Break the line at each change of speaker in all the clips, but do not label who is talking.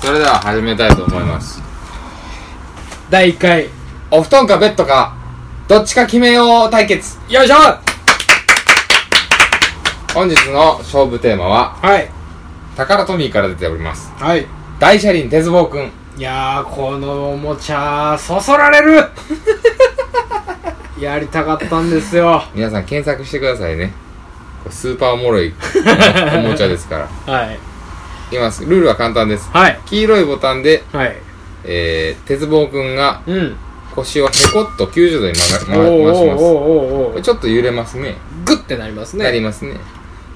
それでは始めたいと思います
第1回
お布団かベッドかどっちか決めよう対決
よいしょ
本日の勝負テーマは
はい
タカラトミーから出ております
はい
大車輪鉄棒くん
いやーこのおもちゃそそられる やりたかったんですよ
皆さん検索してくださいねこれスーパーおもろい おもちゃですから
はい
いますルールは簡単です
はい
黄色いボタンで、
はい
えー、鉄棒くんが
うん
腰をひょこっと90度に曲
お
が回回しますこ
おーおーおーお
れ
ー
ちょっと揺れますね
グッてなりますね
なりますね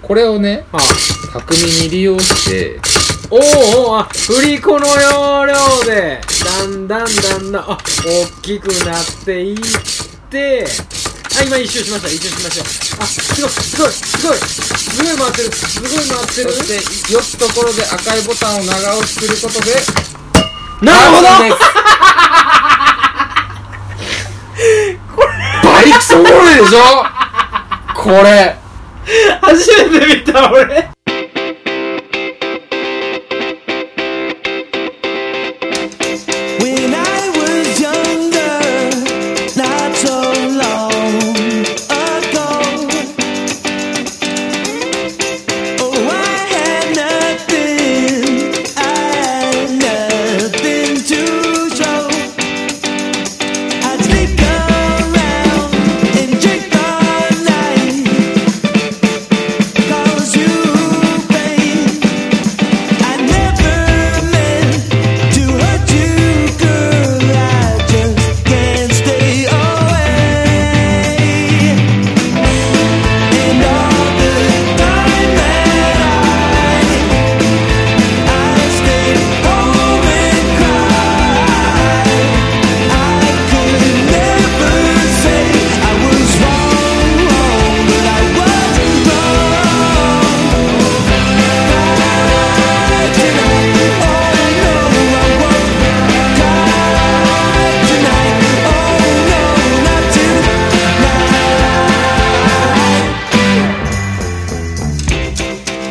これをね
あ
巧みに利用して
おーおーあ振り子の要領でだんだんだんだんあ大きくなっていってあ今一周しました一周しましたあすごいすごいすごいすごい回ってるすごい
そ
回って
して
る
よくところで赤いボタンを長押しすることで
な
完成
る
で
ほ
すバイクそぼろいでしょこれ
ど初めて見た俺
When I was younger, not so long ago. Oh, I had nothing, I had nothing to show. I'd stick around and drink all night. 'Cause you, babe, I never meant to hurt you, girl. I just can't stay away. And all the time that I, I stayed home and cried. I could never say I was wrong, wrong, but I wasn't wrong.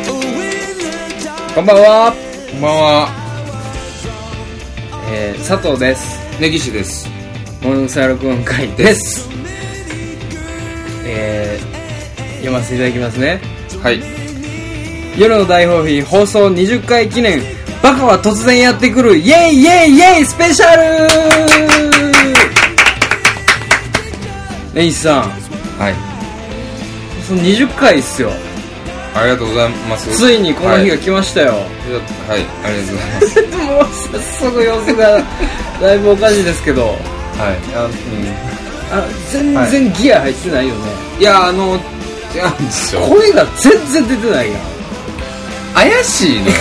Tonight,
こんばんは
こんばんは
えー、佐藤です
根岸です
モノサルクン会ですえー、読ませていただきますね
はい
夜の大放棄放送20回記念バカは突然やってくるイエイイエイイエイスペシャル根岸さん
はい
その20回っすよ
ありがとうございます
ついにこの日が来ました よ、
はい、はい、ありがとうございます
もう早速様子がだいぶおかしいですけど
はいあ
あ全然ギア入ってないよね、
うんいやあの違うんですよ
声が全然出てないやん
怪しいのよ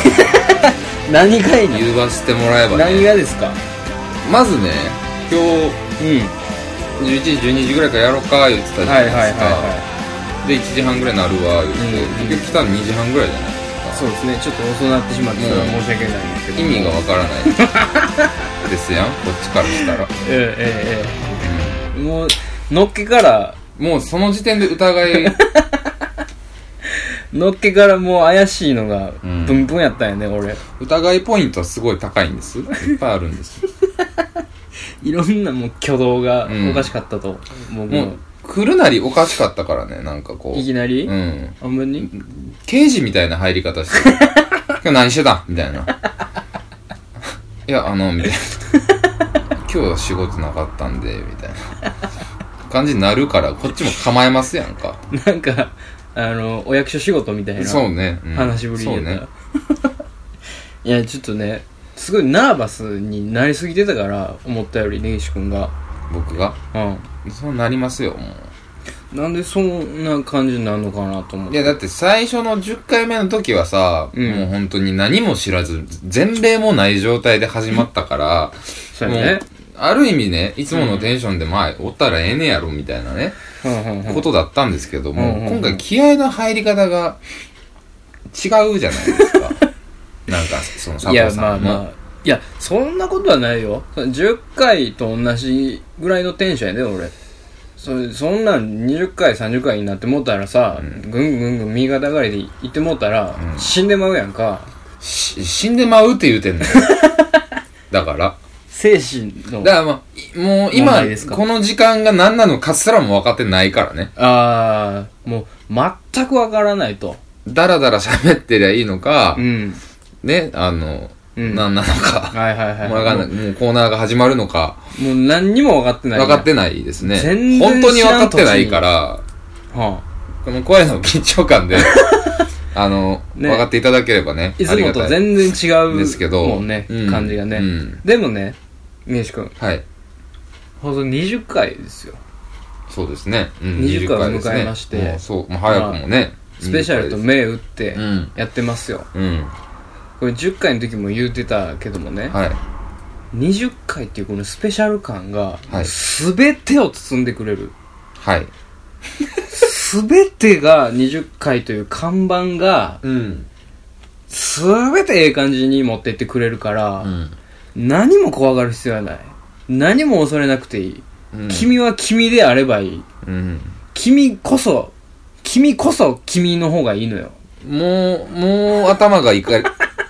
何がいい の
言わせてもらえば
何
ね
がですか
まずね今
うん
日11時12時ぐらいからやろうか言ってたじゃ
は
ない
い
ですか、
はいはいは
で1時半ぐらいになるわ言って、
うん
結局来たの2時半ぐらいじゃない
いそうですねちょっと遅なってしまってそれは申し訳ないんですけど
意味がわから ないですやんこっちからしたら、
ええええええもうのっけから
もうその時点で疑い
のっけからもう怪しいのが
うん
ブンブンやったんやね、俺
疑いポイントはすごい高いんですいっぱいあるんです
いろんなもう挙動が
うん
おかしかったと、もう
もう来るなりおかしかったからねなんかこう
いきなり、
うん
あんまり
刑事みたいな入り方 してる今日何してたみたいないやあのみたいな今日は仕事なかったんでみたいな感じになるからこっちも構えますやんか
なんかあのお役所仕事みたいな
そうね、うん
話しぶり
そう
で、
ね
いやちょっとねすごいナーバスになりすぎてたから思ったより根岸君が
僕が
う
そうなりますよもうん
なんでそんな感じになるのかなと思っ
い
て
や、だって最初の10回目の時はさ、
うん
もう本当に何も知らず、前例もない状態で始まったか
そ
ら、
う
も
や
う
ね、
ある意味ね、いつものテンションで、まあ、おったらええねやろ、みたいなね、
うんうんうん
ことだったんですけども、
うんうんうん
今回気合の入り方が違うじゃない ですか。なんか、その佐
いや
藤
ま
さ
あ
んの。
まあいやそんなことはないよ10回と同じぐらいのテンションやで俺それそんなん20回30回になってもうたらさ、ぐんぐんぐん右肩上がりでいってもうたら、
うん
死んでまうやんか
し死んでまうって言うてんのよ だから
精神の
だからまあいもう今
問題ですか
この時間が何なのかすらも分かってないからね
ああもう全くわからないと
だらだら喋ってりゃいいのか、
うん
ねあの、
うん
何なのか
はいはいはい
もうわかんないもうコーナーが始まるのか
もうもう何にも分かってない
分かってないですね
全然
本当に分かってないから
は
この声の緊張 感であの、
ね
分かっていただければね
あ、い
あ
つ
り
も
がた
と
い
全然違う
ですけど
もんね、
うん
感じがね、
うん
でもね宮司君
はい
放送20回ですよ
そうですね、うん
20回を
ですね
迎えまして
もうそうもう早くもね
スペシャルと
20回で
銘打って
うん
やってますよ、
すうん
これ10回の時も言うてたけどもね、
はい
20回っていうこのスペシャル感が
はい
全てを包んでくれる、
はい
全てが20回という看板が
うん
全てええ感じに持ってってくれるから、
うん
何も怖がる必要はない何も恐れなくていい、
うん
君は君であればいい
うん
君こそ君こそ君の方がいいのよ
もうもう頭がい か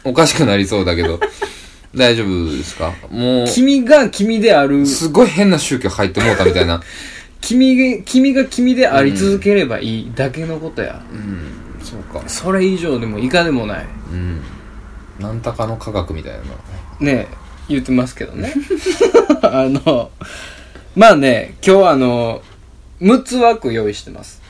おかしくなりそうだけど大丈夫ですかもう
君が君である
すごい変な宗教入ってもうたみたい な
君が君が君であり続ければいいだけのことや、
うんそうか
それ以上でも以下でもない
うんなんたかの科学みたいな
ね言ってますけど ねあのまあね今日はあの6つ枠用意してます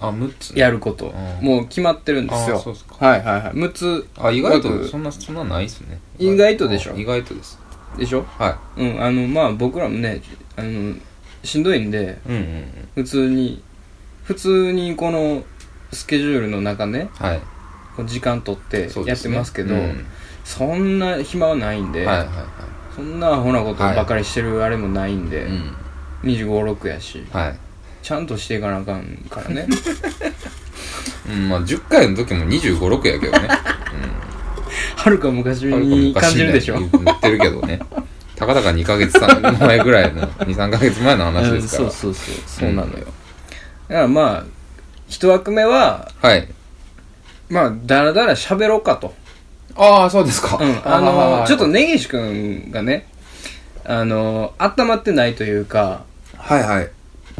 あ六6つ
やること、
うん
もう決まってるんですよ
あそうっすか
はいはいはい6つ
あ意外と
枠
そんなそんなないっすね
意外とでしょ
あ意外とです
でしょ
は
うんあのまあ僕らもねあのしんどいんで
いうんうんうん
普通に普通にこのスケジュールの中ね
はい
こう時間取って
そうで
やっ
す
て
ね
ますけど
うん
そんな暇はないんで、
はいはいは
そんなアホなことばかりしてるあれもないんで、
いうん
2 5 6やし
はい
ちゃんとしていかなあかんからね
うんまあ10回の時も2 5 6やけ どね
はるか昔
うん
に感じるでしょ
はるか昔ね言ってるけどねたかだか2ヶ月3前ぐらいの23ヶ 月前の話
う
で
ん
すか
そ
ら
うそうそうそうなのよ、だからまあ一枠目は
はい
まあだらだら喋ろうかと
ああそうですか
うん、あのちょっと
ね
根岸君がねあの温まってないというか
はいはい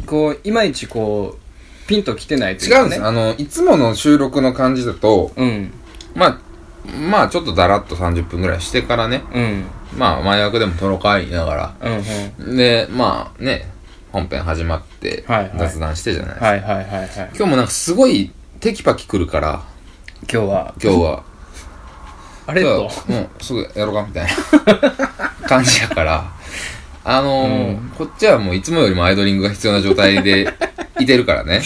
こういまいちこうピンときてないという
違
か、ね、
うんですあのいつもの収録の感じだと
うん
まあまあちょっとだらっと30分ぐらいしてからね
うん
まあ前役でも撮ろうか言いながら
うんうん
で、まあね、本編始まって、
はいはい
雑談してじゃないですか。
はいはいはいはい
今日もなんかすごいテキパキ来るから、
今日は
今日は。
あれ
今
と
日はもうすぐやろうかみたい な感じやから、あのーこっちはもういつもよりもアイドリングが必要な状態 でいてるからね。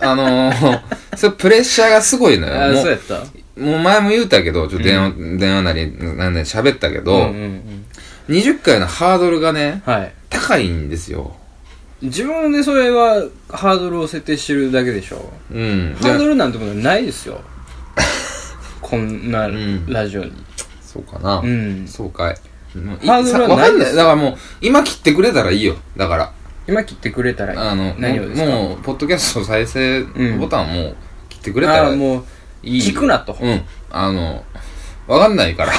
あのー、それプレッシャーがすごいの
あ
よ。も
そうや
う
った
もう前も言うたけど、ちょっと電話、電話なり、なんなり喋ったけど、
んうんうん
20回のハードルがね、
はい
高いんですよ。
自分でそれはハードルを設定してるだけでしょ
うん。で
ハードルなんてものないです よこんなんラジオに
そうかな。
うん
そうかい。うん
ハードル
さわ
は
かん
ないで
な
す
い。だからもう、今切ってくれたらいいよ。だから、
今切ってくれたらいい
あの、
何をですか
もう、もうポッドキャスト再生
ん
ボタンもう切ってくれたら
あ
いいよ。
もう聞くなと
うん。あの、わかんないから。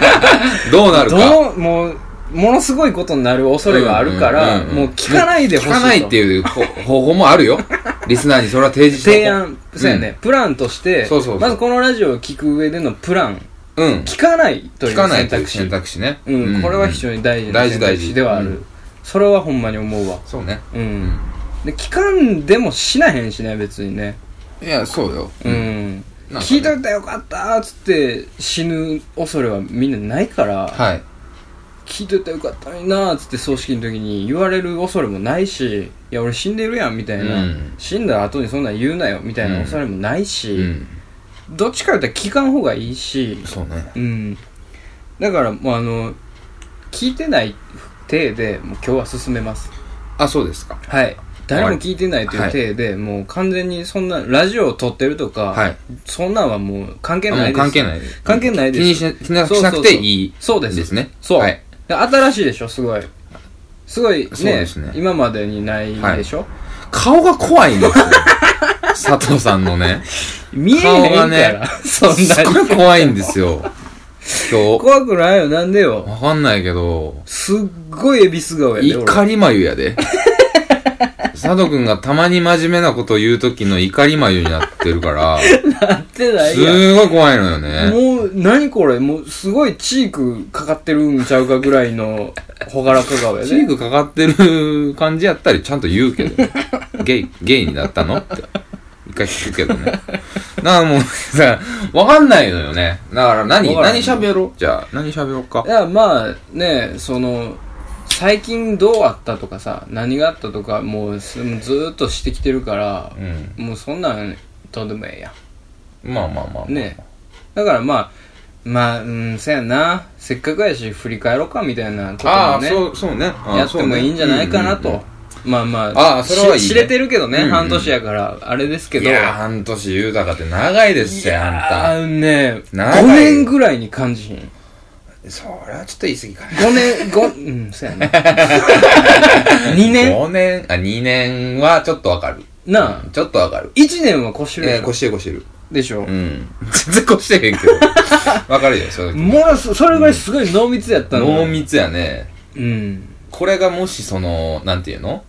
どうなるか。
どうもうものすごいことになる恐れがあるから、
んんん
もう聞かないでほしいと
聞かないっていうほ 方法もあるよ。リスナーにそれは提示した方
提。案そうやね、プランとして
そうそうそう
まずこのラジオを聞く上でのプラン
うん。
聞かないという
聞かない
選
とい
択
う
肢
選択肢ね。
うんこれは非常に大事な
大事
選択
大事
肢ではある、
うん
それはほんまに思うわ
そうね。
うん、で聞かんでもしなへんしね別にね
いや、そうよ。
うん、
なんかね
聞いといたらよかったーっつって死ぬ恐れはみんなないから、
はい。
聞いといたらよかったのになーっつって葬式の時に言われる恐れもないしいや俺死んでるやんみたいな、
うん
死んだら後にそんなん言うなよみたいな恐れもないし、
うん。
どっちか言ったら聞かん方がいいし
そうね。
うんだからもうあの聞いてない体でもう今日は進めます
あ、そうですか。
はい誰も聞いてないという体で、もう完全にそんなラジオを撮ってるとか、
はい
そんなんはもう関係ないです
あもう関係ない
関係ないです
気にしな気にしなくていい
そうそうそうそうです
ですね
そう、
はい
で新しいでしょすごいすごいね
そうですね
今までにないでしょ、
顔が怖いん ですよ佐藤さんのね
見えへん
顔
か
がね
ら、そん
すっ
な
ごい怖いんですよ今
怖くないよ、なんでよ
日。。わかんないけど、
すっごいエビス顔やで、俺
怒り眉やで。佐藤くんがたまに真面目なこと言う時の怒り眉になってるから、
なって ないやん
すごい怖いのよね。
もう、何これもう、すごいチークかかってるんちゃうかぐらいの、 ほがらか顔やで。
チークかかってる感じやったりちゃんと言うけ ど、ゲイ、ゲイになったのって。一回聞くけどね。だからもうさ、わかんないのよね。だから何、
わからん
何喋ろうじゃあ、何喋ろうか
い。や、まあ、ね、その、最近どうあったとかさ、何があったとか、もうす、ずーっとしてきてるから
う、ん。
もうそんなん、どうでもええや
まあまあまあ。
ん。ね。だからまあ、まあ、うん、せやな。せっかくやし、振り返ろうか、みたいなこと
あ
も
あ、
ね。
そう、そうね。ああ
やってもいいんじゃないかなと。。まあま
あ
あ
あそれはいいね
し知れてるけどね、
うんうん
半年やから、あれです
そ
け
うねうん
ど。
いや、半年言うたかって長いですよ、あ
あ
ん
のね、5
長い
年ぐらいに感じひん。5
た。それはちょっと言い過ぎかな。
年、五 うん、そ うやな。2年
5年、あ、2年はちょっとわかる。
なあ
うんちょっとわかる。
?1 年は
え
腰で
ー、腰してる腰してる。
でし
う。
ょ
ん。全然腰してへん けど。わかるよ、それ。
ものすそれぐらいすごい濃密やったの。
濃。密やね。
うん。
これがもしその、なんていうの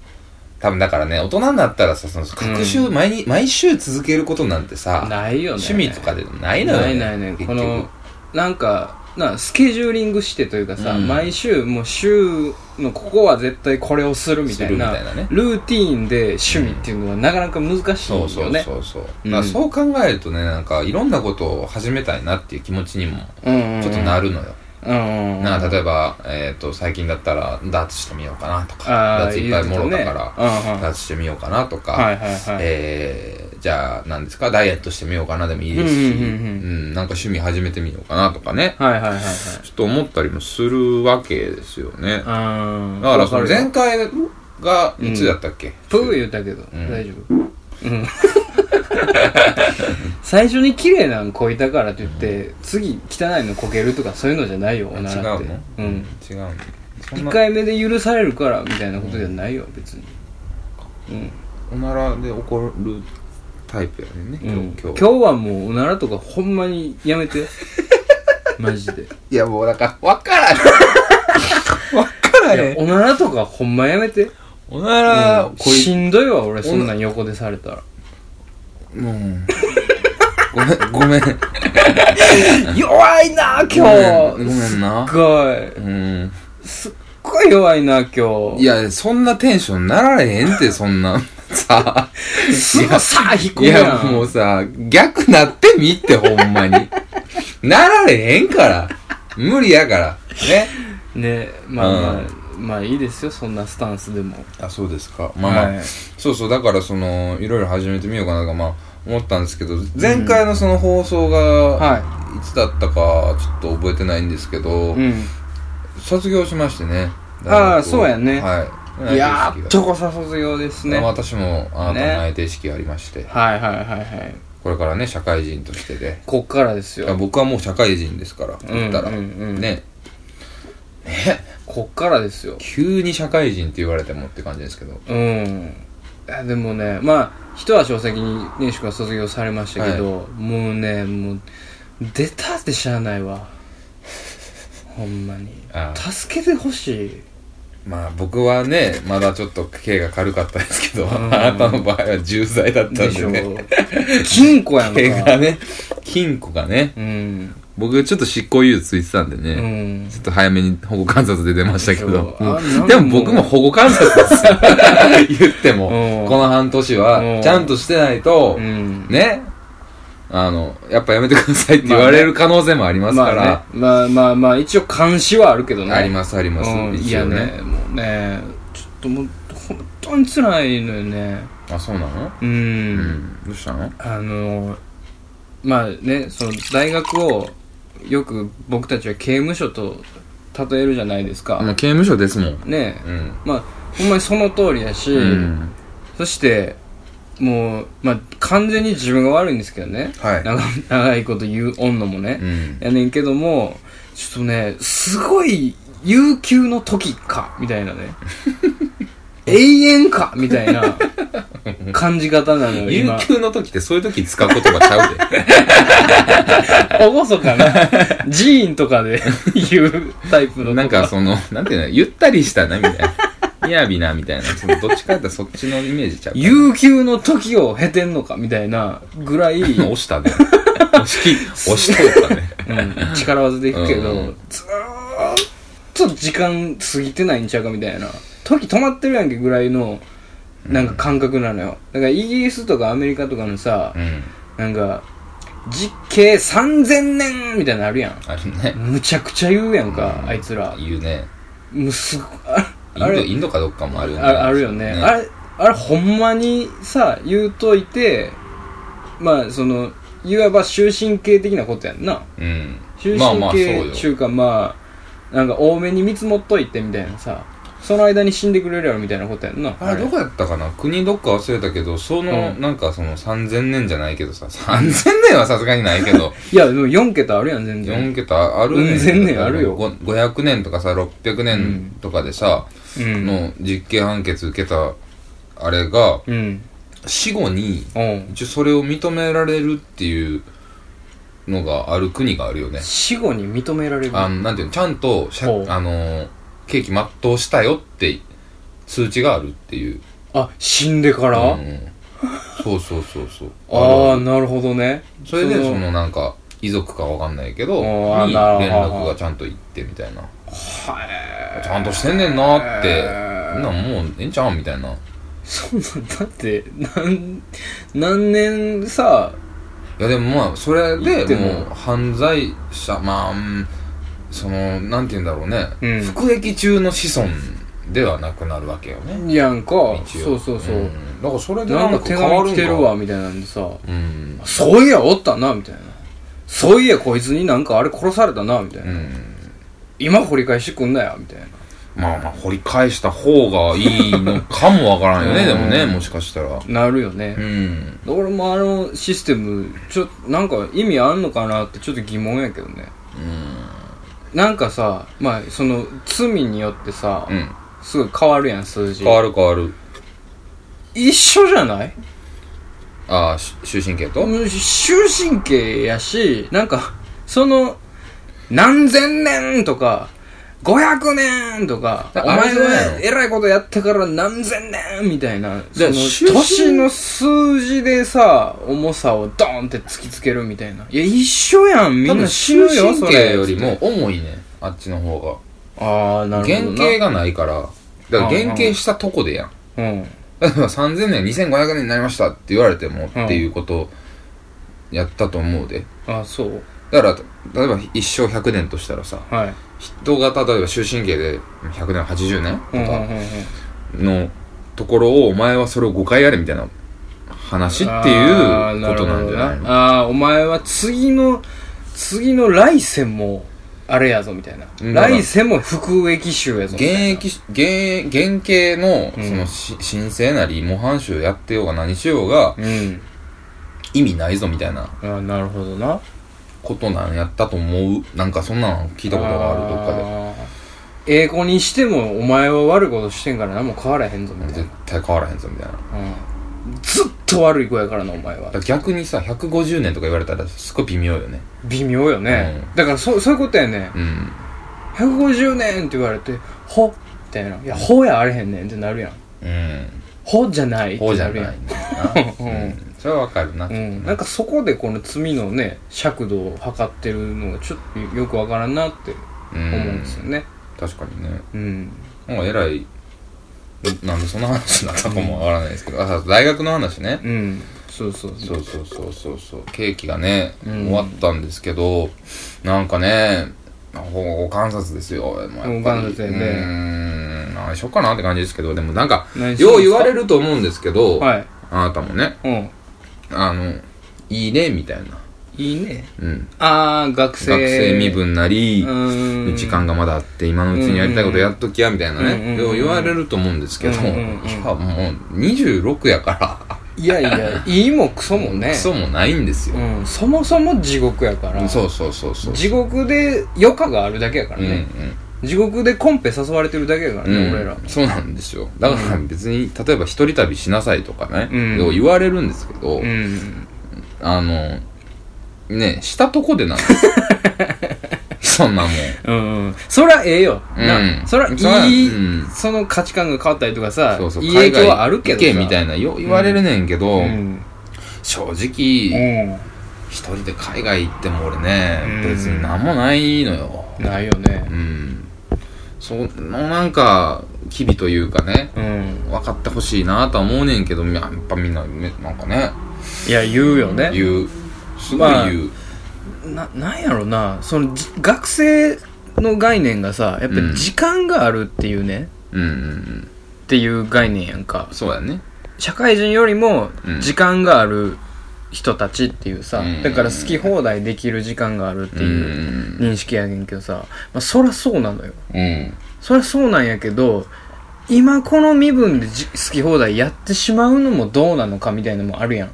多分だからね、大人になったらさ、その、各週、毎日、毎週続けることなんてさ、
ないよね。
趣味とかでないのよ、
な
ね。
いないね。
結
こ
局
の、なんか、なあスケジューリングしてというかさ、
うん
毎週もう週のここは絶対これをするみたいな
するみたいなね
ルーティーンで趣味っていうのはなかなか難しいよ
そう
ね、
そうそうそう。
うん
だからそう考えるとね、なんかいろんなことを始めたいなっていう気持ちにも
うんうん
ちょっとなるのよ。
うんうん
なあ例えば、えっ、と、最近だったらダーツしてみようかなとか、
あ
ダー
あ
ツいっぱいもろたか
言うて
ら、
たねうんうん
ダーツしてみようかなとか、
はいはいはい
えー、じゃあ何ですか、ダイエットしてみようかなでもいいですし、
うんうんうんう
うんなんか趣味始めてみようかなとかね、
はいはいはいはい
ちょっと思ったりもするわけですよね。だ
あー
から
わ
そ
か
の
る
前
よ
回がいつだったっけ、
プー言ったけど、
ん
大丈夫うん 最初に綺麗なんこいたからって言って、次汚いのこけるとかそういうのじゃないよおな
違う
ら
の
って、うん、
違うのそん
1
な
回目で許されるからみたいなことじゃないよ別に
おならで怒るタイプやねんね、
うん、
今
今
日
日はもうおならとかほんまにやめ てマジで
いやもうなんか分からん分からへん
おならとかほんまやめて、
おなら、
うん
こい
しんどいわ俺そんなん横でされたら
もうごめんごめん
弱いな今日
ごめんごめんな
すっごい
うん
すっごい弱いな今日
いやそんなテンションなられへんってそんな さあ
すぐさあ引く
い
や
や
ん
もうさ逆なってみってほんまになられへんから無理やからね
ねまあまあ、
うん
まあいいですよそんなスタンスでも
あそうですかまあまあ、
はい
そうそうだからそのいろいろ始めてみようかなとかまあ思ったんですけど前回のその放送が
はい
つだったかちょっと覚えてないんですけど、
うん
卒業しましてね
あー
大学を
そうやね
はい
いやー
内定式が
っとこさ卒業ですね
まあ
はい
私もあなた
ね
の内定式がありまして、
はいはいはい
これからね社会人としてで
こっからです
いや
よ
僕はもう社会人ですから
ん
言ったら、
うんうん
ね
こっからですよ
急に社会人って言われてもって感じですけど
うんいやでもねまあ一足お先に年始は卒業されましたけど、もうねもう出たってしゃあないわほんまに
あー
助けてほしい
まあ僕はねまだちょっと刑が軽かったですけど、
ん
あなたの場合は重罪だったん
でし
で
ょ
ね
金庫 やん
刑が
か
ね金庫がね
うん
僕ちょっと執行猶予ついてたんでね、
うん
ちょっと早めに保護観察で出ましたけど
そうあなんか
でも僕も保護観察ですよ言っても
うん
この半年
うん
はちゃんとしてないと
うん
ねあのやっぱやめてくださいって言われる可能性もあります
ま
か
あね
ら、
まあまあまあ一応監視はあるけどね
ありますあります
うんい
一
や
応
ね
ね
もうねちょっともう本当に辛いのよね
あそうなの
うん、
うんどうしたの
あのまあねその大学をよく僕たちは刑務所と例えるじゃないですか、
あの刑務所ですもん
ねえ
うん
まあほんまにその通りやし、
うん
そしてもう、まあ、完全に自分が悪いんですけどね、
はい
長長いこと言うおんのもね、
うん
やねんけどもちょっとねすごい悠 久の時かみたいなね永遠かみたいな感じ方なのよ、
有
今。
給の時ってそういう時に使う言葉ちゃうで。
おごそか な。寺院とかで言うタイ プの。
なんか、その、なんていうの、ゆったりしたな、みたいな。みやびな、みたいな。そのどっちかやってそっちのイメージちゃう。
悠久の時を経てんのかみたいな ぐらい、う
押したね。押しき、押しとったね。
ん、力技でいくけど、
うん
ずーっと時間過ぎてないんちゃうかみたいな。時止まってるやんけぐらいの、なんか感覚なのよ。だからイギリスとかアメリカとかのさ
う、ん。
なんか、実刑3000年みたいなのあるやん。
あるね。
むちゃくちゃ言うやんか、あいつら。
言うね。
もうすごあ
イン
あ
ド、
れ
インドかどっかもある
ああるよねあれあれほんまにさ言うといてまあそのいわば終身刑的なことやんな
うん。
終
まあま
身
あ、そう
刑
よ。
中かまあなんか多めに見積もっといてみたいなさその間に死んでくれるやろみたいなことやんな
あれどこやったかな国どっか忘れたけど、その、
うん
なんかその3000年じゃないけどさ、3000年はさすがにないけど、
いやでも4桁あるやん全然
4桁あるねんけど
うん1000年あるよ
ご500年とかさ、600年とかでさ、
うん
の実刑判決受けた、あれが、
うん
死後に、
うん
一応それを認められるっていうのがある国があるよね。
死後に認められる
あの、なんていうの、ちゃんと、しゃ
ほう
あのー、刑期全うしたよって、通知があるっていう。
あ死んでから、
うんそうそうそうそう。
ああ
るる
なるほどね
それで、
の
そのなんか、遺族かわかんないけど、に
おーあ
連
なるほど
絡がちゃんと行ってみたいな。ちゃんとしてんねんなーって、なんもうええんちゃうんみたいな。い
そんなんだって何何年さ
やでもまあ、それ
言っ
で
ても
もう犯罪者、まあ、うんその、なんて言うんだろうね、
うん
服役中の子孫ではなくなるわけよね。
やんか
一
そ
応
うそうそう、
んだからそれで
な
なんん
か
か
手
変わる
紙
んか
来てるわみたいなんでさ
うん
そういやおったなみたいなそういやこいつになんかあれ殺されたなみたいうな、
ん
今掘り返してくんなよみたいな
まあまあ掘り返した方がいいのかもわからんよ
う
ね
ん
でもねもしかしたら
なるよ
う
ね、
ん
俺もあのシステムちょなんか意味あんのかなってちょっと疑問やけどねなんかさまあその罪によってさ、
うん
すごい変わるやん数字
変わる変わる
一緒じゃない
ああし終身刑と
うん終身刑やしなんかその何千年とか500年とかお
だ
前
あれじゃないの
はえらいことやってから何千年みたいなその
終身
年の数字でさ重さをドーンって突きつけるみたいないや一緒やんみ
多
んな
分
死
終
ぬよそ
身
れ
刑よりも重いねあっちの方
ああな
が
る
原
ほどな
刑がないからだから原刑したとこでやん
うん
例え ば3000年2500年になりましたって言われてもっていうことやったと思うで
あそう
だから例えば一生100年としたらさ
はい
人が例えば終身刑で100年80年
うんうん
と
うん
か
うん
のところをお前はそれを5回やれみたいな話って
あー
いう
な
こ
る
と
ほど
なんじゃないの
ああお前は次の次の来世もあれやぞみたいな
うん
来世も服役囚やぞみ
現
たいな
役し現現刑の
うん
そのし申請なり模範囚やってようが何しようが
うん
意味ないぞみたいな
ああなるほどな
ことなんやったと思うなんかそんなの聞いたことがあるどっかで
あーええ子にしてもお前は悪いことしてんから何も変わらへんぞみたい
絶対変わらへんぞみたいなだ
な、うん、ずっと悪い子やからなお前は
から逆にさ150年とか言われたらすごい微妙よね
微妙よね、
う
だからそそういうことやね
うん
150年って言われて「ほ」みたいな「いやほ」やあれへんねんってなるやん
うん
「ほ」じゃないって
こうじゃ
な
ない
るやん
んだよな
うん
うんそれはわかるな
うん、なんかそこでこの罪のね尺度を測ってるのがちょっとよくわからんなって
う
思うんですよね
確かにね
うん、
なんかえらいなんでそんな話になったかもわからないですけどあ大学の話ね
うんそうそうそ
そううそうそうそうそうケーキがね、
うん
終わったんですけどなんかね保護観察ですよもうやっぱり
保護観察やね
うーん何しよっかなって感じですけどでもなんか
何するん
よう
です
言
か
われると思うんですけど、
はい
あなたもね
うん
あのいいねみたいな、
いいね
うん、
ああ学生
学生身分なり、
うん
時間がまだあって今のうちにやりたいことやっときやみたいな
うんうんうん
ねよう言われると思うんですけど、
うんうんうん
いやもう26やから
いや いやいいもクソもね
クソもないんですよ、
うん、そもそも地獄やから
そうそうそうそう
地獄で余暇があるだけやから
うんう
ね
ん
地獄でコンペ誘われてるだけやからね、
うん
俺ら
そうなんですよだから別に、例えば一人旅しなさいとかね、
うん
よう言われるんですけど、
うん
あのねしたとこでなんですよ そんなもん
うんうん、そりゃええよ、な
うん
そり
そ
ゃ
ら
いい、
うん
その価値観が変わったりとかさ
そうそう
いい影響はあるけどさ
海外行みたいなよう言われるねんけど、
うん
正
う
直、
ん
一人で海外行っても俺ね、
うん
別になんもないのよ
ないよね
うんそのなんか機微というかね
うん
分かってほしいなとは思うねんけどやっぱみんなねなんかね
いや言うよね
言うすごい言う、
ななんやろなそのじ学生の概念がさやっぱ
うん
り時間があるっていうね、
うんうんうん
っていう概念やんか
そうやね
社会人よりも
うん
時間がある人たちっていうさ、
うん
だから好き放題できる時間があるって
う
いうん認識やねんけどさ、まあ、そらそうなのよ
うん
そりゃそうなんやけど今この身分でじ好き放題やってしまうのもどうなのかみたいなのもあるやん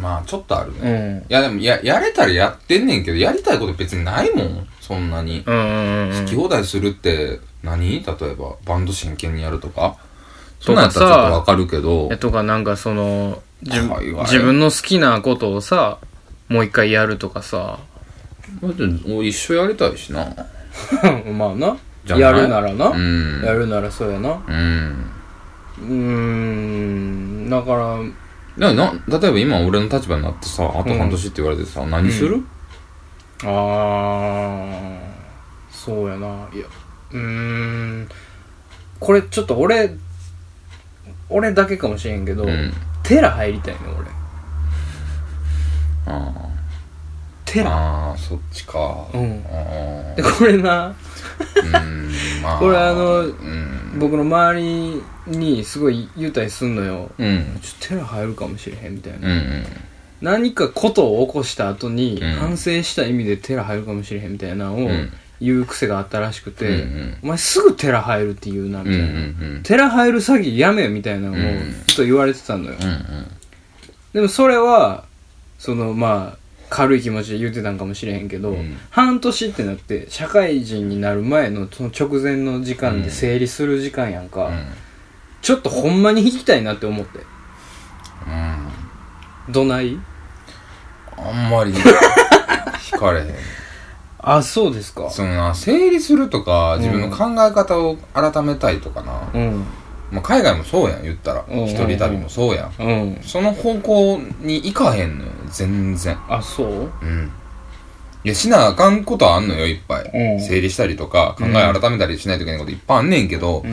まあちょっとあるね、
う
い
ん
やでもややれたらやってんねんけどやりたいこと別にないもんそんなに、
うんうんうんうん
好き放題するって何例えばバンド真剣にやるとかそ
と
うなん
か
やっ
さ
たらちょっとわかるけど
えとかなんかその自
怖い
分
わ
自分の好きなことをさもう一回やるとかさ
だって俺一緒やりたいしな
まあな
じゃない
やるならな、
うん
やるならそうやな
うん
うーんだから
だからな例えば今俺の立場になってさあと半年って言われてさ、何する、
あーそうやないやうーんこれちょっと俺俺だけかもしれんけど、
うん
テラ入りたいね俺
あ
テ
ー
ラ
あーそっちか
うん
あー
でこれな
うんまあ
これあの
うん
僕の周りにすごい優待すんのよ
うん
ちょっとテラ入るかもしれへんみたいな、
うん
何かことを起こした後に、
うん
反省した意味でテラ入るかもしれへんみたいなのを
ん
言う癖があったらしくて、
うんうん
お前すぐテラ入るって言うなみ
うんうん
たいな、
うん
テラ入る詐欺やめみたいなの
う
を
ん
ずっと言われてたのよ、
うんうん
でもそれはそのまあ軽い気持ちで言ってたんかもしれへんけど、
うん
半年ってなって社会人になる前のその直前の時
う
間
ん
で整理する時間やんか、
うん
ちょっとほんまに引きたいなって思って
うん
どない
あんまり惹かれへん
あそうですか
そのな整理するとか
ん
自分の考え方を改めたいとかな、
うん
まあ、海外もそうやん言ったら
うんうんうん
一人旅もそうやん
うん
その方向に行かへんのよ全然
あそう
うんいやしなあかんことはあんのよいっぱい、
うん
整理したりとか考え改めたりしないといけないこといっぱいあんねんけど
うん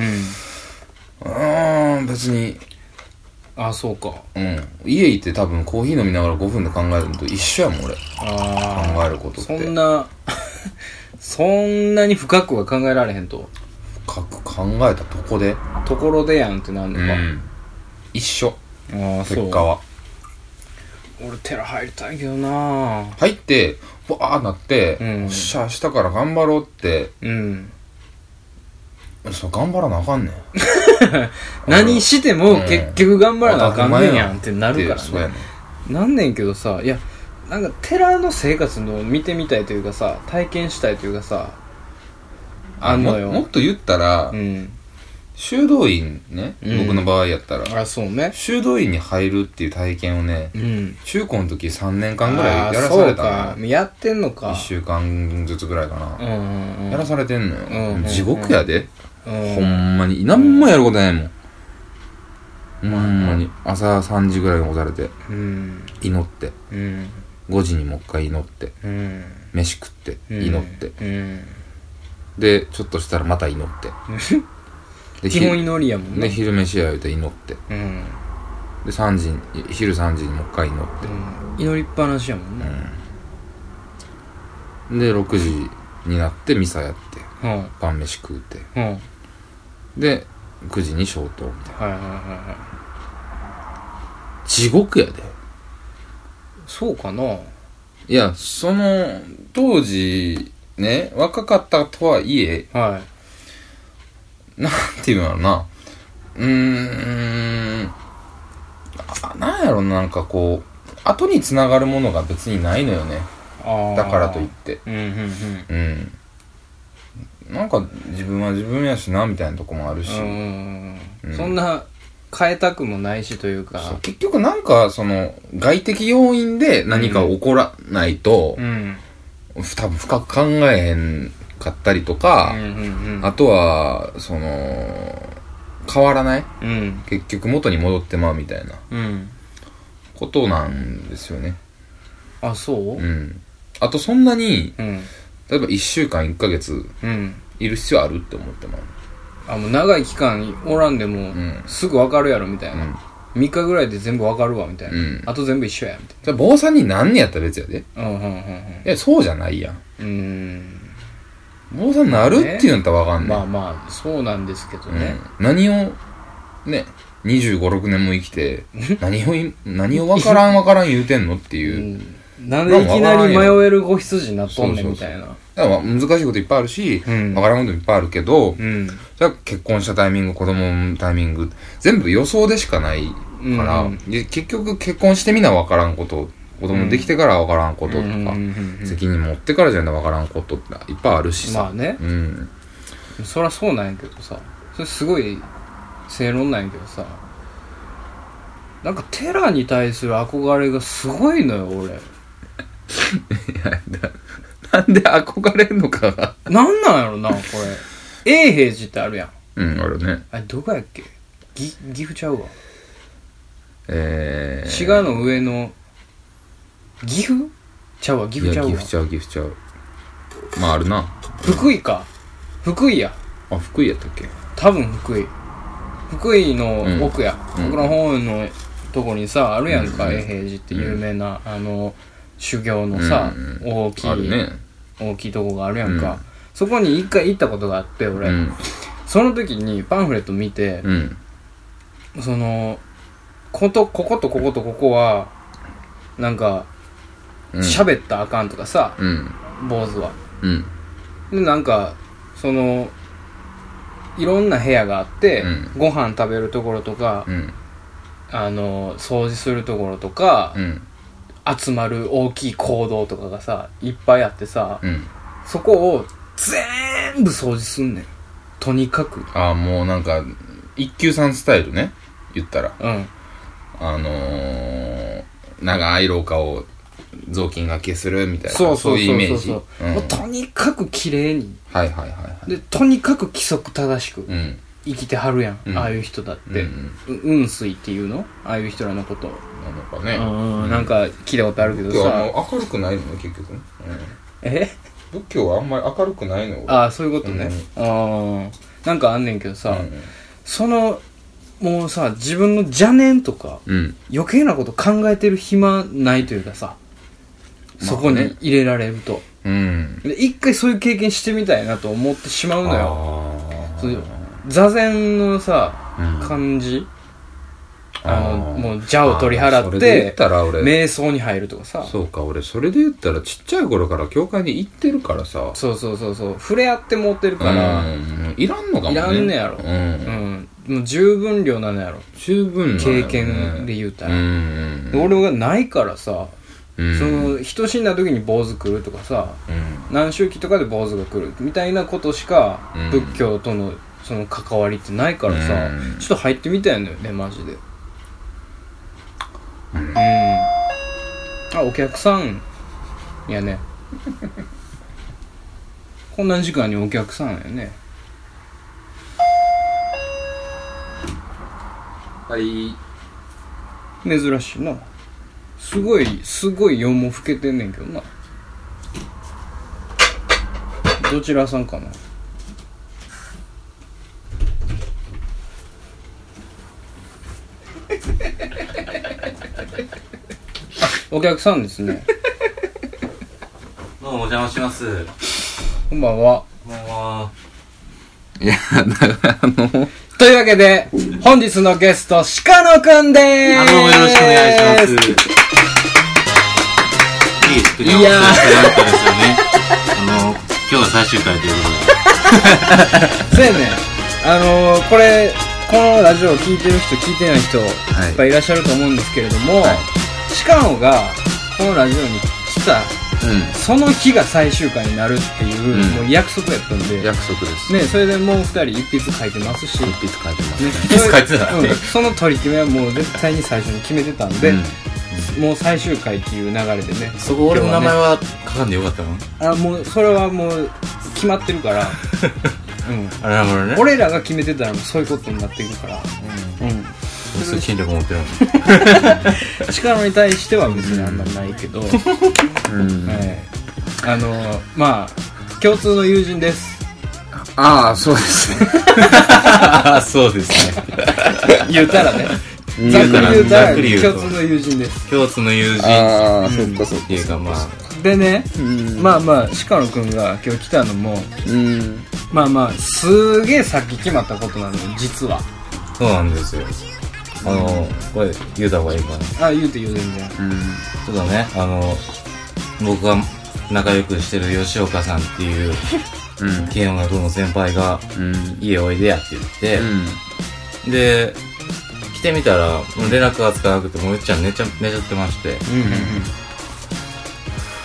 うーん別に
あそうか
うん家行って多分コーヒー飲みながら5分で考えるのと一緒やもん俺
あ
考えること
あ
って
そんな そんなに深くは考えられへんと
深く考えたとこで
ところでやんってなんの
う
か、
ん一緒
ああそう
結果は
俺寺入りたいけどな
入ってわーなって、
うん
よっしゃ明日から頑張ろうって
うん
そう頑張らなあかんねん
何しても
うん
結局頑張らなあかんねんやんってなるか
ってそう
ら
や
ね
ねん
なんねんけどさいやなんか寺の生活の見てみたいというかさ体験したいというかさあんの
もも
よ
っと言ったら、
うん
修道院ね、
うん
僕の場合やったら
あそうね
修道院に入るっていう体験をね
うん
中高の時3年間ぐ
あ
ら
あ
いやらされ
そ
た
う
の
かやってんのか
1週間ずつぐらいか
う
な、
んうんうん
やらされてんのよ、
うんうんうん
地獄やで、
うん
ほんまに何もやることないもん、ほんまに朝3時ぐらいに起こされて
うん
祈って
うん
5時にもう一回祈って
うん
飯食って
うん
祈って、
うん
でちょっとしたらまた祈ってで
基本祈りやもん
で
ね
昼飯や言うて祈ってで
うん
3時に昼3時にもう一回祈って
うん祈りっぱなしやもんね
で6時になってミサやって
うんうん
晩飯食うて
はい
で9時に消灯みたいな
はいはいはい
地獄やで
そうかない
やその当時ね若かったとはいえ
はい
なんていうんやろな。うーん。あなんやろな、なんかこう、後につながるものが別にないのよね。
あー
だからといって。
うんうんうん
うん。なんか自分は自分やしなみたいなとこもあるし、
うん
うん
そんな変えたくもないしというか
そう結局なんかその外的要因で何か起こらないと、
うん
多分深く考えへんかったりと
う
か、
んうん
あとはその変わらない
うん
結局元に戻ってまうみたいな
うん
ことなんですよね
あそうううん
んあとそんなに
うん、
例えば1週間1ヶ月いる必要あるって思ってまう
あもう長い期間おらんでも
ん
すぐ分かるやろみたい
うん
な、三3日ぐらいで全部分かるわみたいな、
うん
あと全部一緒やみたい
じゃあ坊さんに何年やったら別やでい
なうんうんうん
やそうじゃないやん
うん
坊さんなるっていうんだったらわか
うんん
な
ま
い、
あまあそうなんですけどね、
うん、何をね2 5 6年も生きて何をい何を分からん分からん言うてんのっていうう、
んなんでいきなり迷える子羊になっとんねん
そうそうそう
みたいな
だから難しいこといっぱいあるし、
うん
分からんこともいっぱいあるけど、
うん
じゃあ結婚したタイミング子供のタイミング全部予想でしかないから、
うん
で結局結婚してみな分からんこと子供できてから分からんこととか、
うんうんうんうん
責任持ってからじゃないと分からんことっていっぱいあるしさ、
まあね
うん
そりゃそうなんやけどさそれすごい正論なんやけどさなんかテラに対する憧れがすごいのよ俺
なんで憧れんのかが
なんなんやろなこれ永平寺ってあるやん
うんあるね
あれどこやっけぎ岐阜ちゃうわ
えー、
滋賀の上の岐阜ちゃうわ岐阜ちゃう
いや
わ
岐阜ちゃう岐阜ちゃうまああるな
福井か福井や
あ福井やったっけ
多分福井福井の奥や、
うん
僕の方のとこにさあるやんか
うん
永平寺って有名な、あの修行のさ、
うん
大き
ある
い、
ね
大きいとこがあるやんか、
うん
そこに一回行ったことがあって俺、
うん
その時にパンフレット見て、
うん
そのことこことこことここはなんか
うん
喋ったらあかんとかさ、
うん
坊主は
うん
でなんかそのいろんな部屋があって、
う
ご飯食べるところとか、
うん
あの掃除するところとか
う、ん
集まる大きい行動とかがさいっぱいあってさ、
うん
そこを全部掃除すんねんとにかく
ああもうなんか一休さんスタイルね言ったら
うん
あのー、長い廊下を雑巾がけするみたいな
そうそ
い
う
うイ
そう
メ
そ
ー
う
ジ
そう、
ん
もうとにかく綺麗に
はいはいはいはい
でとにかく規則正しく
うん
生きてはるやん、
うん
ああいう人だって、
うん
う運水っていうのああいう人らのこと
なんかね
うん、なんか聞いたことあるけど
仏教は
さ
もう明るくないのね結局ね、
え
うん、仏教はあんまり明るくないの
ああそういうことね、ああなんかあんねんけどさ、そのもうさ自分の邪念とか
うん、うん
余計なこと考えてる暇ないというかさそこに入れられると、
うん。
で一回そういう経験してみたいなと思ってしまうのよ
あ
そういう座禅のさ
ーうん
感じあの
あー
もう邪を取り払って
あーそれで言ったら俺、
瞑想に入るとかさそ
そうか、俺、それで言ったらちっちゃい頃から教会に行ってるからさ。
うそうそうそう触れ合って持ってるから
うん、もういらんのかもね。
いらんねやろ
う。
うんん、もう十分量なのやろ
十分なのよね
経験で言うたら
うん。
で俺がないからさ、
うん、
その人死んだ時に坊主来るとかさ
うん、
何周期とかで坊主が来るみたいなことしか
うん
仏教とのその関わりってないからさ、
うん
ちょっと入ってみたいのよねマジでうん、あお客さんやねこんな時間にお客さんやね
はい。
珍しいなすごいすごい夜も更けてんねんけどなどちらさんかな あお客さんですね
どうもお邪魔します。
こんばんは
こんばんは。
いや、だから、あの、
というわけで本日のゲスト鹿野くんでー
あ
す
どうもよろしくお願いします。いいです
いやー
なんかですよね。あの、今日が最終回ということで。
そうやねあのーこれこのラジオを聞いてる人聞いてない人、
い
い、っぱいいらっしゃると思うんですけれども、
はい
シカオがこのラジオに来たその日が最終回になるっていう,、
うん
もう約束やったんで、
約束です。
ね、それでもう二人一筆書いてますし、
一筆書いてますね。
いつ書いてた
うんその取り決めはもう絶対に最初に決めてたんで、
うん
もう最終回っていう流れでね
そこ俺の名前
は、
は書かんでよかったもん。
あもうそれはもう決まってるから、う
あれは俺ね
ん、。俺らが決めてたらもうそういうことになっていくから、うん
俺すごい権力持ってるもん。
力に対しては別にあんまないけど、はい、あのまあ共通の友人です
ああ、そうですね。
ああ、そうですね。
言うたらね
うん
ざっくり言うた
ざっ
ら
くり言うと
共通の友人です
共通の友人っ
ああ、そっかそっか。
ていうかまあ、
でね、
うん
まあまあ鹿野くんが今日来たのも
うん。
まあまあすげえさっき決まったことなのよ実は
そうなんですよ。あの、これ言うた方がいいかな。ち
あ言うて言う全然
ょっとね、あの、僕が仲良くしてる吉岡さんっていう、
うん。
慶應学の先輩が、
うん。
家おいでやって言っ
ん。
て、で、来てみたら、もう連絡がつかなくて、もううっちゃん寝ちゃ寝ちゃってまして、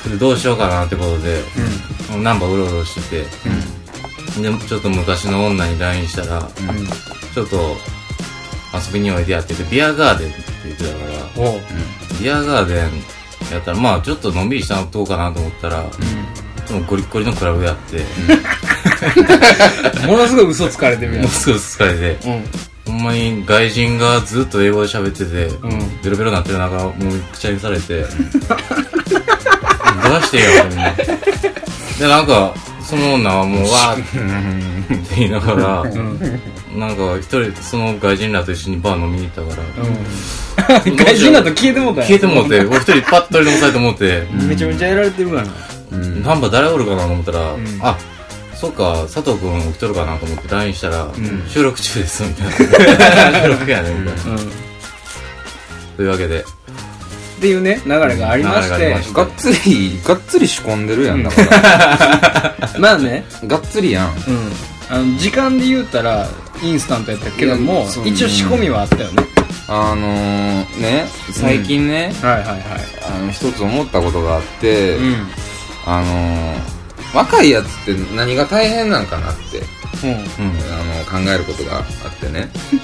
でどうしようかなってことで、ナンバーうろうろしてて、で、ちょっと昔の女に LINE したら、ちょっと遊びにおいでやってて、ビアガーデンって言ってたから、
おう
ビアガーデンやったら、まあちょっとのんびりしたのどうかなと思ったら、でもゴリッゴリのクラブやって、
ものすごい嘘つかれてるや
も
ん
うすぐ疲れて、
うん
ほんまに外人がずっと英語で喋ってて、
ん
ベロベロになってる中、もうくちゃにされ て、どうしてよ、みんな。で、なんか、その女はもう、わーって言いながら、なんか一人、その外人らと一緒にバー飲みに行ったから、
外人だと消えてもうたやん
消えてもうて、俺一人パッと取り残されてもうて、
めちゃめちゃやられてるからな
ナンバー誰おるかなと思ったら、あそっか佐藤君起きとるかなと思って LINE したら、収録中ですみたいな 収録やねみたいな、
うん
というわけで
っていうね流れがありまし
流れがあり
て
まし
がっつり、がっつり仕込んでるやん、だから。
まあね、
がっつりやん。
うん、あの時間で言うたらインスタントやったけど
い
も
やそう
一応仕込みはあったよね
あのー、ね、最近ね、
はいはいはい
あの、一つ思ったことがあって、
うん
あのー、若いやつって何が大変なんかなって、あの考えることがあってね。
う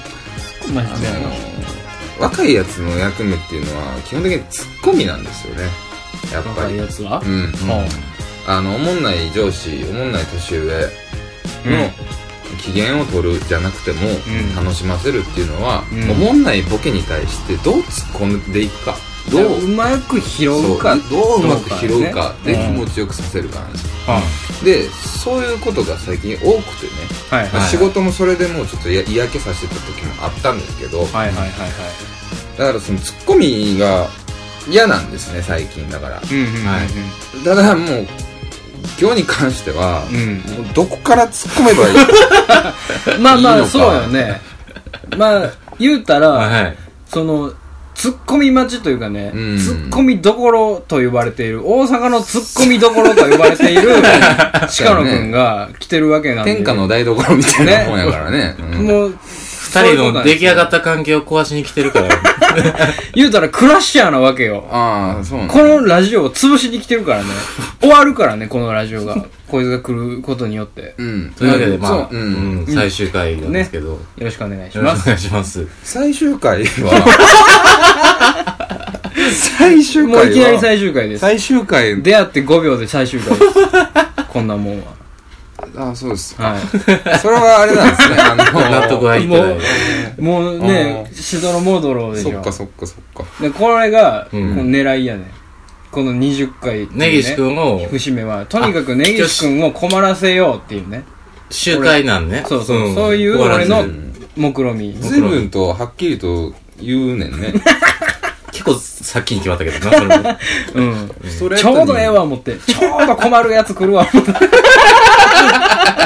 んマ
あの
ジで
ー若いやつの役目っていうのは基本的にツッコミなんですよねやっぱ
若い
り
やつは
うん
うん
も
あのおもんない上司おもんない年上の機嫌を取るじゃなくても
ん
楽しませるっていうのは、
うん
おもんないボケに対してどう突っ込んでいくか
う
どう
うまく拾うか
そうどううまく拾うか
どう
で
かね
気持ちよくさせるかなんですよ
は
でそういうことが最近多くてね
はいはい
仕事もそれでもうちょっとや嫌気させてた時もあったんですけど、
はいはいはいはい
だからそのツッコミが嫌なんですね最近だから
うんうんうん
はい
ただもう今日に関しては、
うん
もうどこから突っ込めばいい
まあま
いい
あ
のか
そうよねまあ言うた
あ
ら
はい
そのツッコミ待ちというかね、
うん
ツッコミどころと呼ばれている、大阪のツッコミどころと呼ばれて いる、鹿野くんが来てるわけなんで。
天下の台所みたいなもんやから ねうん
もう、
二
二
人の出来上がった関係を壊しに来てるから
言うたらクラッシャーなわけよ。
ああそうなん
このラジオを潰しに来てるからね。終わるからね、このラジオが。こいつが来ることによって。
うん
というわけでまあ、
そううんん
最終回なんですけど、
よろしくお願いし
よろ
ま
しくお
す。
願いします
最終回 は最終回
も
は
ういきなり最終回です。
最終回
出会って5秒で最終 回です。こんなもんは。
ああそうです
は。
それはあれなんですねあの
納得は いいって
も、
ないう
もうね、しどろもどろでし
そ
ょ
っか。そっかそっか
で、これが、こ
うん
の狙いやね。この20回っていうね。
根岸君を
節目は、とにかく根岸君を困らせようっていうね。
集会なんね
そうそ
ん
う、そういう
終わら
俺
ず
の目論み。
随分とはっきりと言うねんね
結構さっきに決まったけどなそれ も
うん。
ストレー
ち
トに
ょうどええわ思って、ちょうど困るやつ来るわ思って。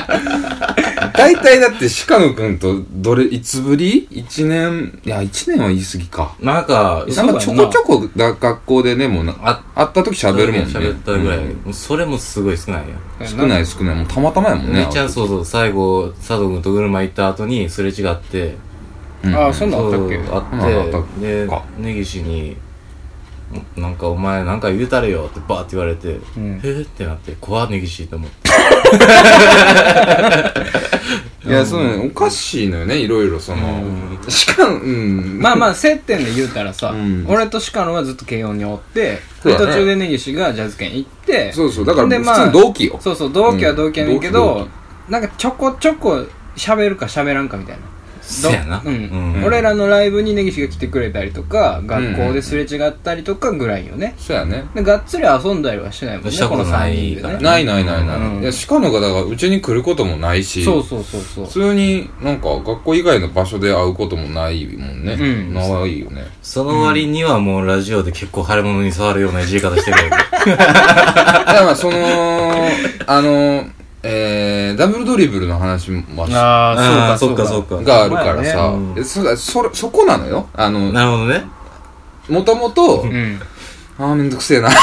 大体だって鹿野くんとどれいつぶり ?1 年いや1年は言い過ぎか
なんか
そう
なんか
やんな
ちょこちょこだ学校でねもうな
あ
会った時喋るもんね
喋ったぐらい、
うん
もうそれもすごい少ないよ
少ない少ないもうたまたまやもんね
めっちゃそうそう最後佐藤君と車行った後にすれ違って
うん
ああ、そんなんあ
そ
ったっ
う
け
あ
あったっ
って
け
で
か
根岸になんかお前なんか言うたれよってバーって言われて、
ん
えーってなって怖っねぎしいと思って
いや、そうね、おかしいのよね、いろいろ、その、しかも、うん。
まあまあ接点で言うたらさ、
うん
俺と鹿野はずっと慶応におって、
そう
で
だね
途中で根岸がジャズ圏行って
そうそう、だから、
で
普
まあ
通の同期よ。
そうそう同期は同期やねんけ
うん
ど
同期、
なんかちょこちょこ喋るか喋らんかみたいな
そやな
どうん
うん
俺らのライブに根岸が来てくれたりとか学校ですれ違ったりとかぐらいよね、
そうやね。
でがっつり遊んだりはしてないもんね
した
こ
こ
の
と
3
ない
人で
から
ね
ないないないない。
うん
いや、しかもが、だから、うちに来ることもないし、
そうそうそうそう
普通になんか、学校以外の場所で会うこともないもんね。
うん
ないよね。
その割にはもうラジオで結構腫れ物に触るようないじり方してるよね
だから、その、あの、えー、ダブルドリブルの話も、
あーそうかそう
う
か
があるからさ、
お前ね
えそそそこなのよあの
なるほどね
もともと
うん
あーめんどくせえな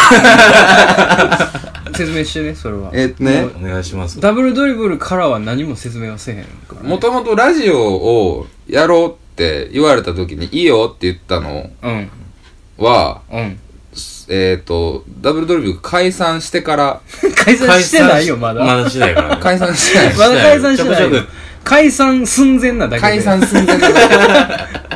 説明してねそれは
えっとね
お願いします
ダブルドリブルからは何も説明はせえへんから
もともとラジオをやろうって言われた時にいいよって言ったの
うん
は
うん
えっ、とダブルドリブル解散してから
解散してないよまだ
まだしてないからね
解散してな い
まだ解散してな
ちょ
い
くち
よ
ょく
解散寸前なだけで
解散寸前 だ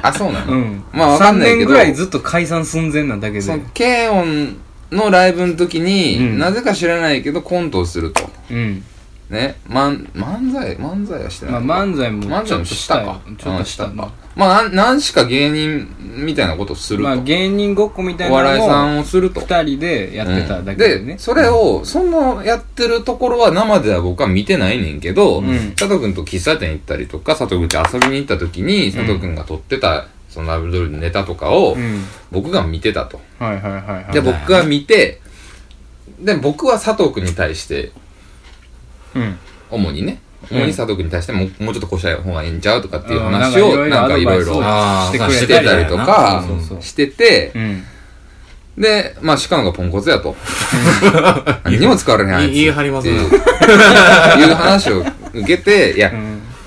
あそうなの、
うん
まあわかんない
3
け
年
ど
ぐらいずっと解散寸前なだけで
そのケイオンのライブの時に、
うん
なぜか知らないけどコントをすると
うん
ね、まん漫才漫才はして
ま
ない
あ
のか、
漫才も
漫
ち
才
ょ
も
っとし
した
た
か
よ。ちょっとした
うん
ま
まあ、なん何しか芸人みたいなことをすると。
まあ芸人ごっこみたい
お笑いさ
なのを
んをすると。
2人でやってただけ
で
でね
それを、そのやってるところは生では僕は見てないねんけど、
ん
佐藤くんと喫茶店行ったりとか、佐藤くんち遊びに行った時に、佐藤くんが撮ってた、そのラブドリルのネタとかを
う、ん
僕が見てたと。
はいはいはいはい
で、僕が見て、で、僕は佐藤くんに対して、
うん
主にね、主に佐藤君に対してもう、もうちょっとこうした方がいいんちゃうとかっていう
うん
話を、なか
なんんか
い
いろ
ろい
いろ
ろ
あ
して
あ
くれ
してて
り
たりとか
そうそうそう
してて
う、ん
で、まあ、鹿野がポンコツやと。何にも使われへんあいつ。
言い言い張りますね
っていういう話を受けて、いや、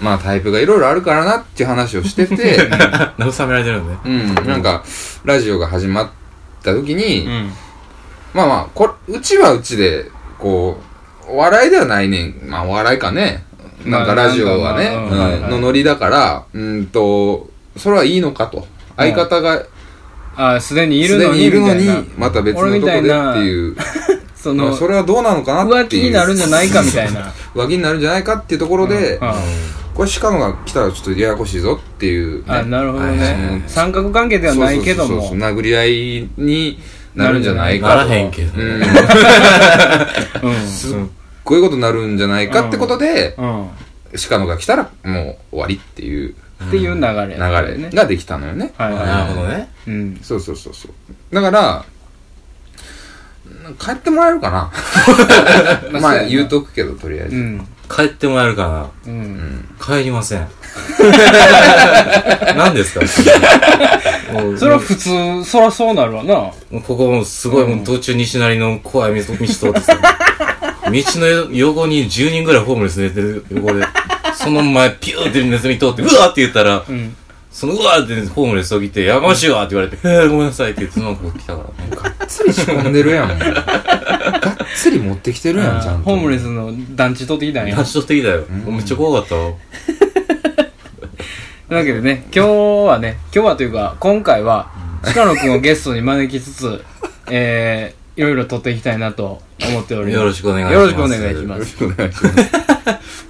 まあ、タイプがいろいろあるからなっていう話をしてて、
慰められてるのね
うん、なんか、ラジオが始まった時に、
うん
まあまあこ、うちはうちで、こう、お笑いではないねん。まあ、お笑いかね。なんか
まあ
ラジオはね、
なんかまあうん
うんのノリだから、うんと、それはいいのかと。相方が、
ああすでにい
す
る
で
の
に
に
いるの
み
に
たいな、
また別のとこでっていう。
そ
まあ
の
それはどうなのかなっ
浮
て
気
いう。
になるんじゃないかみたいな
浮気になるんじゃないかっていうところで、これ、鹿野が来たらちょっとややこしいぞっていう、
あ
ね。
なるほど
はい
ね三角関係ではないけ
そう
ど
そう
も
そうそう殴り合いになるんじゃないか
な
と。
らへんけど
う
ね
ん
うん
こういうことになるんじゃないかってことで、
うん
鹿野が来たらもう終わりっていう
っていう流れ
流れ
ね
ができたのよね。
はいはい
な
は
るほどね
いうん
そうそうそうそう。だから、なんか帰ってもらえる かなまあ言うとくけど、とりあえ
う
ず。
ん
帰ってもらえるかな
うん
帰りませ ん何ですかもう
それは普通そらそうなるわな
もうここもすごい、もう途中西成の怖い道道通 ってさ道の横に10人ぐらいホームレス寝てる横でその前ピューってネズミ通ってうわーって言ったら、
ん
そのうわーってホームレスを来てやかましいわーって言われて、えー、ごめんなさいって言ってその子来たからね
がっつり仕込んでるやん。もうがっつり持ってきてるやん、ちゃんと。
ホームレ
ス。
スの団地取ってきたんや
立ち取ってきたよ、もうめっちゃ怖かったわ
というわけでね、今日はね、今日はというか、今回は、鹿野くんをゲストに招きつつ、えー、いろいろ撮っていきたいなと思っております。
よろしくお願いしま
よ
す
ろしくお願
お願い
いします。
します。